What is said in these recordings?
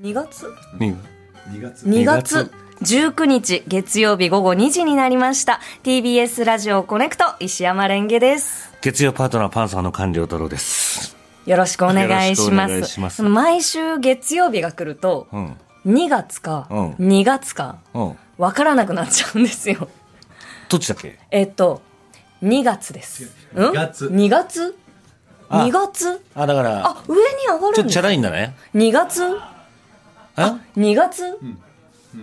2月に2月2月月19日月曜日午後2時になりました TBS ラジオコネクト石山レンゲです月曜パートナーパンサーの官僚太郎です。よろしくお願いしまよろしくお願いすします毎週月曜日が来るとうん。 2月かうん2月かうん。わからなくなっちゃうんですよどっちだっけえっと2月です2月2月あ ?2 月あ、だから、あ上に上がちるょっんとでチすャラいんだね。 2月え2月、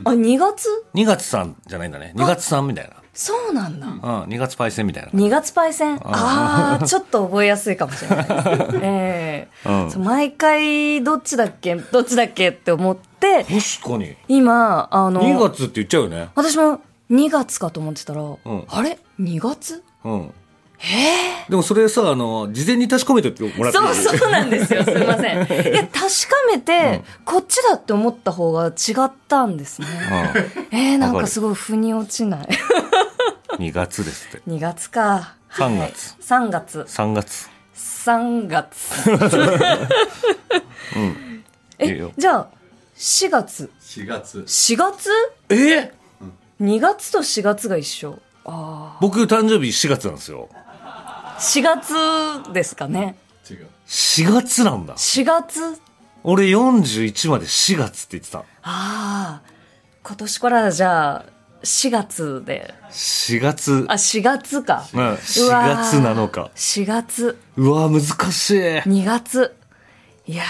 あ2月 ?2 月さんじゃないんだね。2月さんみたいそうなんだ、な。うん。2月パイセンみたいな。 2月パイセンああちょっと覚えやすいかもしれないですね ええうんそう毎回どっちだっけどっちだっけって思って確かに。今あの2月って言っちゃうよね。私も2月かと思ってたら、んあれ2月うん。えでもそれさ、あの、事前に確かめてってもらっていいそうそうなんですよすいませ んいや確かめて、こっちだって思った方が違ったんですね、えー、なんかすごい腑に落ちないうん。2月ですって。 2月か3月。 3月3月。 3月いいえよじゃあ4月4月4月え2月と4月が一緒あ僕誕生日4月なんですよ。あ4月ですかね違う4月なんだ。 4月俺41まで4月って言ってた。ああ今年からじゃあ4月で4月あ。4月かうん、4うわー月7日。 4月うわー難しい。 2月いや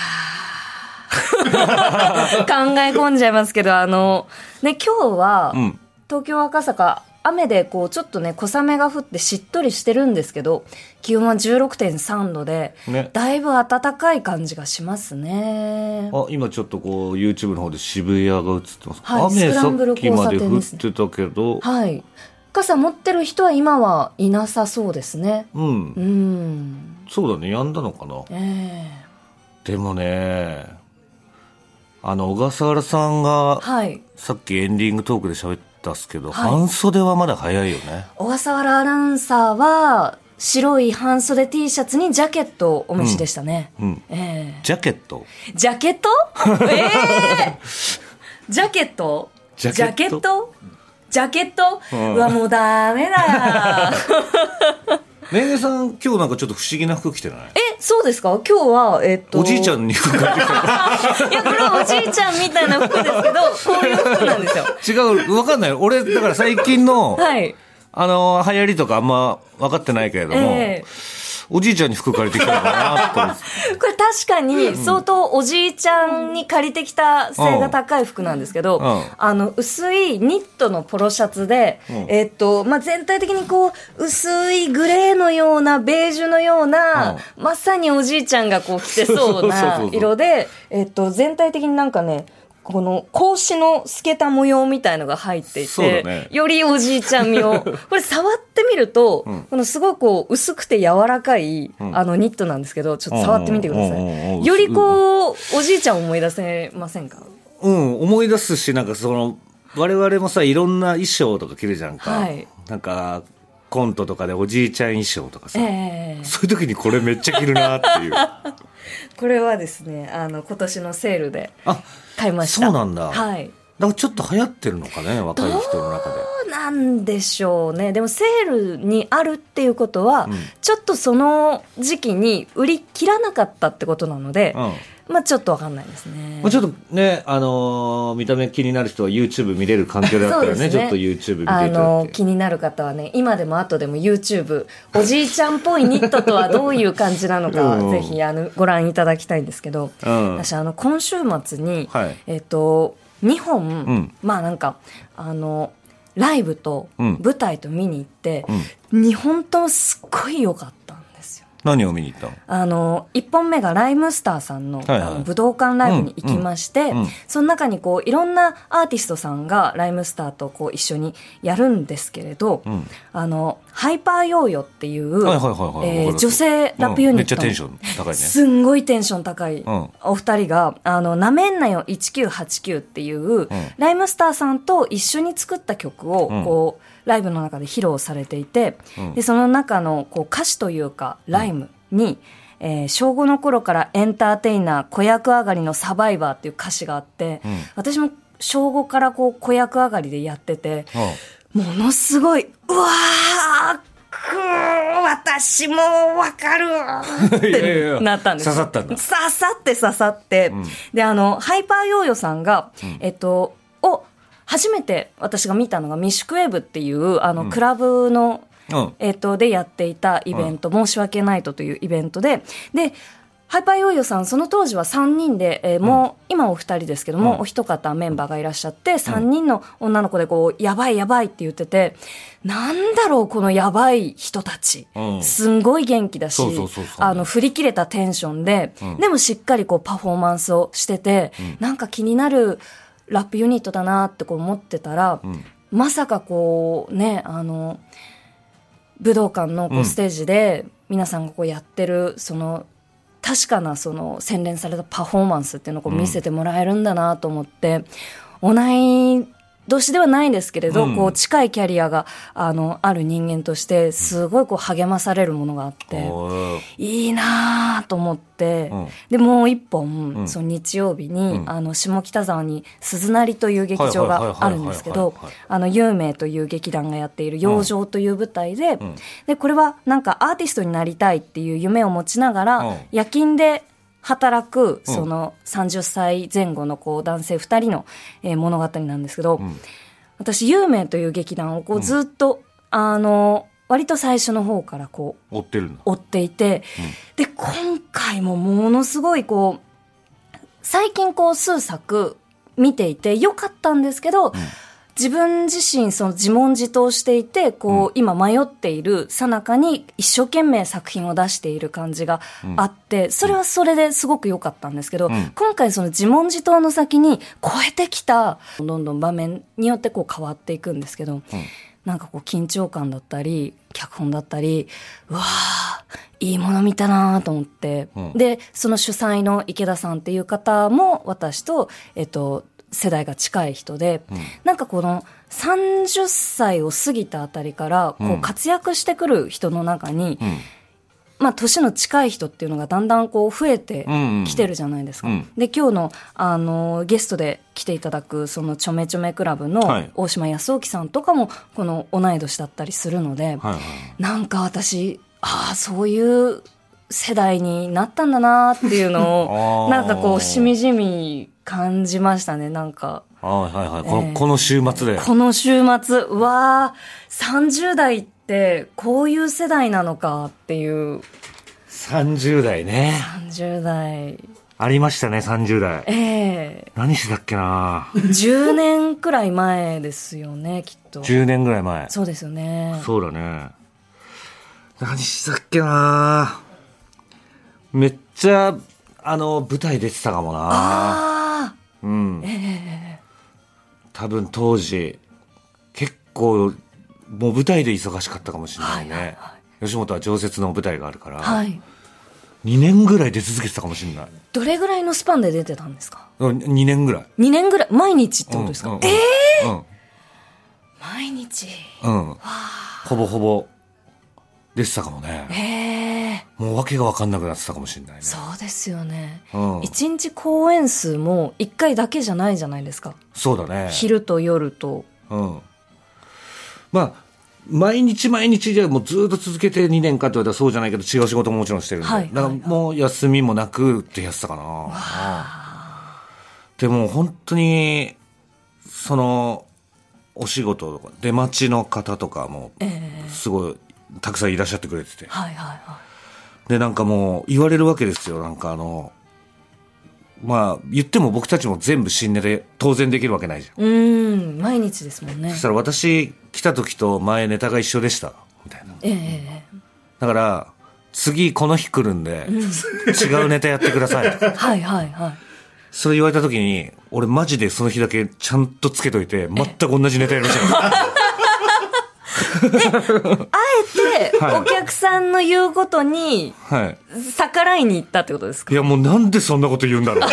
ー考え込んじゃいますけどあのね今日は、うん。東京赤坂雨でこうちょっとね小雨が降ってしっとりしてるんですけど気温は16.3度で、ねだいぶ暖かい感じがしますねあ、今ちょっとこう、YouTube の方で渋谷が映ってます。はい雨スクラさンブルっき交ま差で点降でっすねてたけど、はい傘持ってる人は今はいなさそうですねう。うんんそうだね、やんだのかな。ええでもね、あの、小笠原さんが、はいさっきエンディングトークで喋ったっすけど、はい半袖はまだ早いよね。小笠原アナウンサーは白い半袖 T シャツにジャケットをお召しでしたね、うん。ええジャケットジャケ ットええジャケットジジャケャケッットトジャケット、ううんわ、もうダメ だ。レンゲさん、今日なんかちょっと不思議な服着てないえ、そうですか今日は、えっと。おじいちゃんに服買っていきや、これはおじいちゃんみたいな服ですけど、こういう服なん ですよ。た違う、わかんない。俺、だから最 近の、はい。あの、流行りとかあんま分かってないけれども、ええおじいちゃんに服借りてきたのかなと 思って。これ確かに相当おじいちゃんに借りてきた性が高い服なんですけど、うんあの薄いニットのポロシャツで、うんえっとまあ、全体的にこう薄いグレーのようなベージュのような、まさにおじいちゃんがこう着てそうな色でえっと全体的になんかねこの格子の透けた模様みたいのが入っていそうだて、ねよりおじいちゃん味 をこれ触ってみると、このすごくこう薄くて柔らかい、んあのニットなんですけどちょっと触ってみてくださうんうんうんうんいよりこうおじいちゃんを思い出せませんかうん、思い出すし、なんかその、我々もさ、いろんな衣装とか着るじゃんか。はいなんか、コントとかでおじいちゃん衣装とかさ。ええそういう時にこれめっちゃ着るなって いう。これはですねあの今年のセールであ、買いましたそうなんだはいだからちょっと流行ってるのかね、若い人の中で。そうなんでしょうねでもセールにあるっていうことは、ちょっとその時期に売り切らなかったってことなので、うまあちょっとわかんないですねん。まあ、ちょっとね、あのー見た目気になる人は YouTube 見れる環境だったらね、ちょっと YouTube 見ていただあいて。の気になる方はね今でも後でも YouTube おじいちゃんっぽいニットとはどういう感じなのか、うんぜひあのご覧いただきたいんですけど、うん私あの今週末に、はいえっ、と2本、んまあなんかあのライブとうん舞台と見に行って、二2本ともすっごい良かったんですよ。何を見に行ったのあの、一本目がライムスターさんの,、はいはいあの武道館ライブに行きまして、うんうんその中にこう、いろんなアーティストさんがライムスターとこう、一緒にやるんですけれど、んあの、ハイパーヨーヨーっていう、はいはいはいはいえわかーる女性ラップユうんニめっッちゃトの、テンション高いね。すんごいテンション高い、うんお二人が、あの、なめんなよ1989っていう、ライムスターさんと一緒に作った曲を、うんこう、ライブの中で披露されていて、うんで、その中のこう歌詞というか、ライムに、えー小5の頃からエンターテイナー、子役上がりのサバイバーっていう歌詞があって、私も小5からこう子役上がりでやってて、ものすごい、うわーくー私もわかるーっ いやいやいやてなったんですよ刺さったんだ刺さって刺さって。で、あの、ハイパーヨーヨーさんが、えっと、を、初めて私が見たのがミシュクウェブっていう、あの、クラブの、うんえっと、でやっていたイベント、申し訳ないとというイベントで、で、ハイパーヨーヨーさん、その当時は3人で、えーもう、今お二人ですけども、うんお一方メンバーがいらっしゃって、3人の女の子でこう、やばいやばいって言ってて、なんだろう、このやばい人たち。うんすんごい元気だしそうそうそうそう、あの、振り切れたテンションで、んでもしっかりこう、パフォーマンスをしてて、なんか気になるラップユニットだなってこう思ってたら、んまさかこう、ね、あの、武道館のこうんうステージで皆さんがこうやってるその確かなその洗練されたパフォーマンスっていうのをこう見せてもらえるんだなと思って、同い年ではないんですけれど、うんこう近いキャリアがあのある人間としてすごいこう励まされるものがあって、おーいいなぁと思って、うんでもう一本、んその日曜日に、うんあの下北沢に鈴なりという劇場はいはいがはいあはいるんですけはいどはいはいあの有名という劇団がやっている「養生」という舞台で,、んでこれはなんかアーティストになりたいっていう夢を持ちながら、うん夜勤で働くうんその30歳前後のこう男性2人の、えー物語なんですけど、ん私有名という劇団をこうずっと、あの割と最初の方からこう追ってるんだ追っていて、で今回もものすごいこう最近こう数作見ていて良かったんですけど、自分自身その自問自答していてこう、今迷っているさなかに一生懸命作品を出している感じがあって、それはそれですごく良かったんですけど、うん今回その自問自答の先に超えてきたどんどん場面によってこう変わっていくんですけど、なんかこう緊張感だったり脚本だったりうわあいいもの見たなーと思って、うんでその主催の池田さんっていう方も私と、えっと、世代が近い人で、なんかこの30歳を過ぎたあたりからこうんう活躍してくる人の中に、うんまあ、年の近い人っていうのがだんだんこう増えてうんうんきてるじゃないですか。うんで今日の、あのゲストで来ていただくそのちょめちょめクラブはのい大島康興さんとかもこの同い年だったりするので、はいはいなんか私ああそういう世代になったんだなっていうのを あーなんかこうしみじみ感じましたねなんか。はいはいはいこえのえこの週末でこの週末、うわあ、30代ってこういう世代なのかっていう、 30代ね30代、ありましたね30代ええ何してたっけな10年くらい前ですよね、きっと。 10年ぐらい前そうですよね。そうだね。何したっけなめっちゃ、あの、舞台出てたかもなあうんあ、。え多分当時、結構、もう舞台で忙しかったかもしれないね。吉本は常設の舞台があるかえら、はい。 2年ぐらい出続けてたかもしれない。どれぐらいのスパンで出てたんですか2年ぐらい。 ?2 年ぐらい、毎日ってことですか、ええうん毎日。うん。ほぼほぼ、出てたかもね。ええもう訳が分かんなくなってたかもしれないね。そうですよね。うん。一日公演数も1回だけじゃないじゃないですか。そうだね。昼と夜と。うん、まあ毎日毎日じゃもうずっと続けて2年かって言われたらそうじゃないけど違う仕事ももちろんしてるんで、はいだからもう休みもなくってやってたかな、でも本当にそのお仕事とか出待ちの方とかもええすごいたくさんいらっしゃってくれててはいはいはでなんかもう言われるわけですよなんかあのまあ言っても僕たちも全部新ネタ当然できるわけないじゃい。んうーん、毎日ですもんねそし。たら私来た時と前ネタが一緒でしたみたいなええだから次この日来るんで、違うネタやってくださいとかはいはいはい。それ言われた時に俺マジでその日だけちゃんとつけといて全く同じネタやりましたからで、はいお客さんの言うことにはい逆らいに行ったってことですかいやもうなんでそんなこと言うんだろうね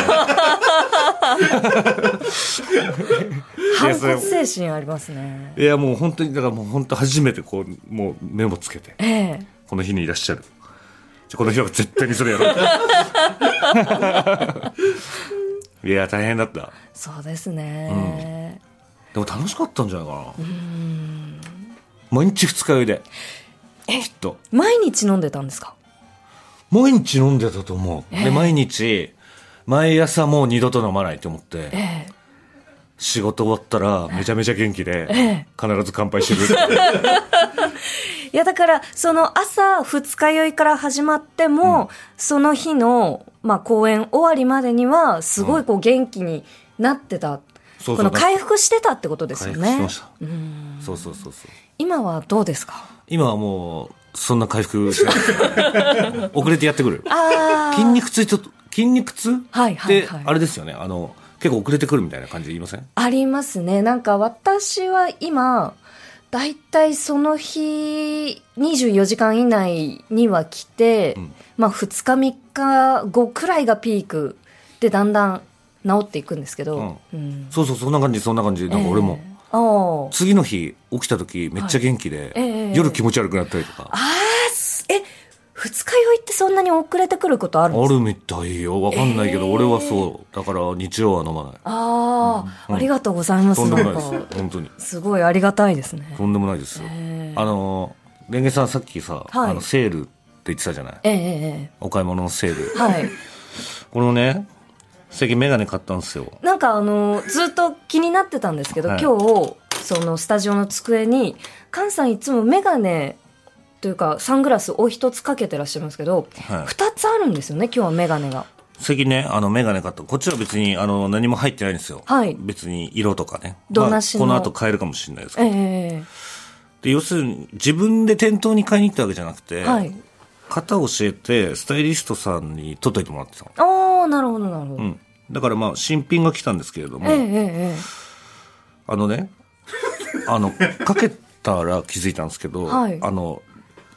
反骨精神ありますね。いやもう本当にだからもう本当初めてこうもうメモつけてええこの日にいらっしゃるじゃこの人が絶対にそれやろう いや大変だったそうですね、でも楽しかったんじゃないかな毎日二日酔いできっと毎日飲んでたんですか毎日飲んでたと思う、で毎日毎朝もう二度と飲まないと思って、ええ仕事終わったらめちゃめちゃ元気で、え必ず乾杯してくれるいやだからその朝二日酔いから始まっても、その日の、まあ、公演終わりまでにはすごいこう元気になってた、そうそうこの回復してたってことです回よ復しねました、そうそうそうそう今はどうですか今はもうそんな回復しない 遅れてやってくるあ筋肉痛ちょっと筋肉痛って、はいはいはいあれですよねあの結構遅れてくるみたいな感じ言いませんありますねなんか私は今だいたいその日24時間以内には来て、んまあ2日3日後くらいがピークでだんだん治っていくんですけど、うんそうそうそんな感じそんな感じなんか俺も、ええああ次の日起きた時めっちゃ元気で、ええ夜気持ち悪くなったりとか、あーすえ二日酔いってそんなに遅れてくることあるんであすかるみたいよわかんないけど、ええ俺はそうだから日曜は飲まないああ、ありがとうございますとんでもないんでかす本当にすごいありがたいですねとんでもないですよ、ええあのレンゲさんさっきさ、はいあのセールって言ってたじゃないええええお買い物のセーえルえはいこのね最近メガネ買ったんですよなんかあの、ずっと気になってたんですけど、はい今日、そのスタジオの机に、菅さんいつもメガネというかサングラスを一つかけてらっしゃいますけど、二、はいつあるんですよね、今日はメガネが。最近ね、あの、メガネ買った。こっちは別に、あの、何も入ってないんですよ。はい別に、色とかね。どんなしのまあこの後買えるかもしれないですけえど。えで、要するに、自分で店頭に買いに行ったわけじゃなくて、はい。型を教えて、スタイリストさんに取っといてもらってたの。ああ、なるほど、なるほど。うん。だからまあ、新品が来たんですけれども、えええええあのね、あの、かけたら気づいたんですけど、はいあの、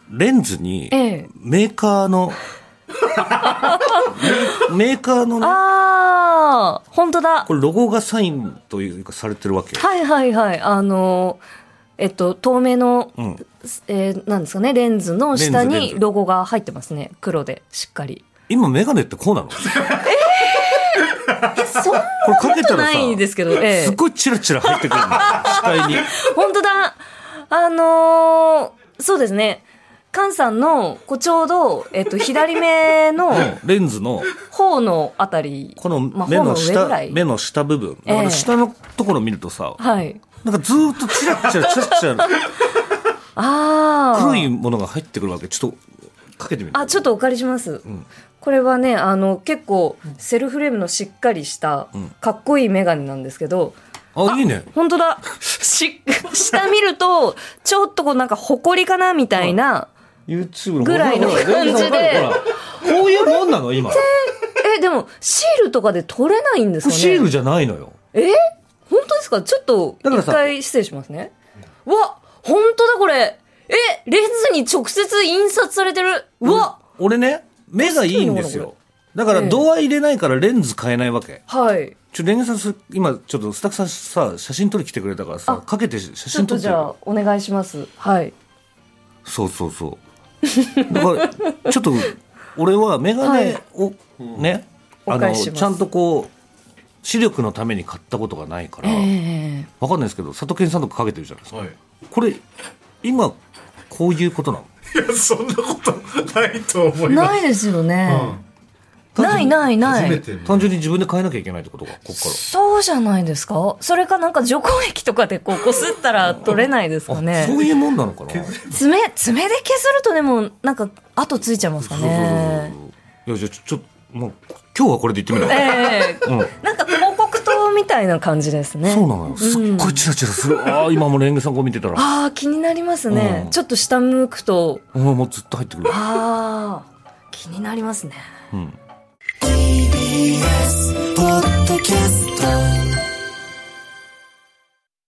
レンズに、ええメーカ ーの、メーカーのえね、ああ、本当だ。これロゴがサインというかされてるわけよ。はいはいはい。あの、えっと、透明の、うん。えー、なんですかね、レンズの下レンズレンにズロゴが入ってますね。黒で、しっか り。今メガネってこうなのえ、そんなこれかけことたらなさ、いですけど、ええすっごいチラチラ入ってくるの。視界 に。本当だ。あのーそうですね。菅さんの、こうちょうど、えっと、左目のレンズの、方のあたり。このまあ目頬の上下、ぐらい。目の下部分。ええだから下のところ見るとさ、はい。なんかずーっとチラチラチラチラああ。黒いものが入ってくるわけ。ちょっと、かけてみる。あ、ちょっとお借りします。これはね、あの、結構、セルフレームのしっかりした、かっこいいメガネなんですけど、あ、いいね。本当だ。し、下見ると、ちょっとこうなんか、埃かなみたいな、 YouTube のぐらいのほほ感じでほらほらこういうもんなの今。こえ、でも、シールとかで取れないんですれかねシールじゃないのよ。え本当ですかちょっと、だから一さ回失礼しますね。わ本当だこれえレンズに直接印刷されてるうわ、俺ね、目がいいんですよ。だからええ度合い入れないからレンズ変えないわけ。はい。ちょ、レンゲさんす、今、ちょっとスタッフさんさ、写真撮り来てくれたからさ、かけて写ちょっ真撮とってじよゃあ、お願いします。はい。そうそうそう。だから、ちょっと、俺はメガネを、ね、おあの、返ししますちゃんとこう、視力のために買ったことがないから、ええわかんないですけど、佐藤健さんとかかけてるじゃないですか。はい。これ、今、こういうことなのいや、そんなことないと思います。ないですよね。うんないないな初めい。て見た単純に自分で変えなきゃいけないってことか、こっかそうじゃないですかそれかなんか除光液とかでこう、こすったら取れないですら。かあそうねいうもんなのかな爪、爪で削るとでも、なんか、跡ついちゃいますかね。いや、じゃあ、ちょ、ちょっと、もう、今日はこれで言ってみろ。ええうんなんか広告塔みたいな感じですね。そうなのよ。すっごいチラチラする。ああ、今もレンゲさんこう見てたら、あああ、気になりますね。うんちょっと下向くと。あ、もうずっと入ってくる。ああ、気になりますね。うん。 podcast.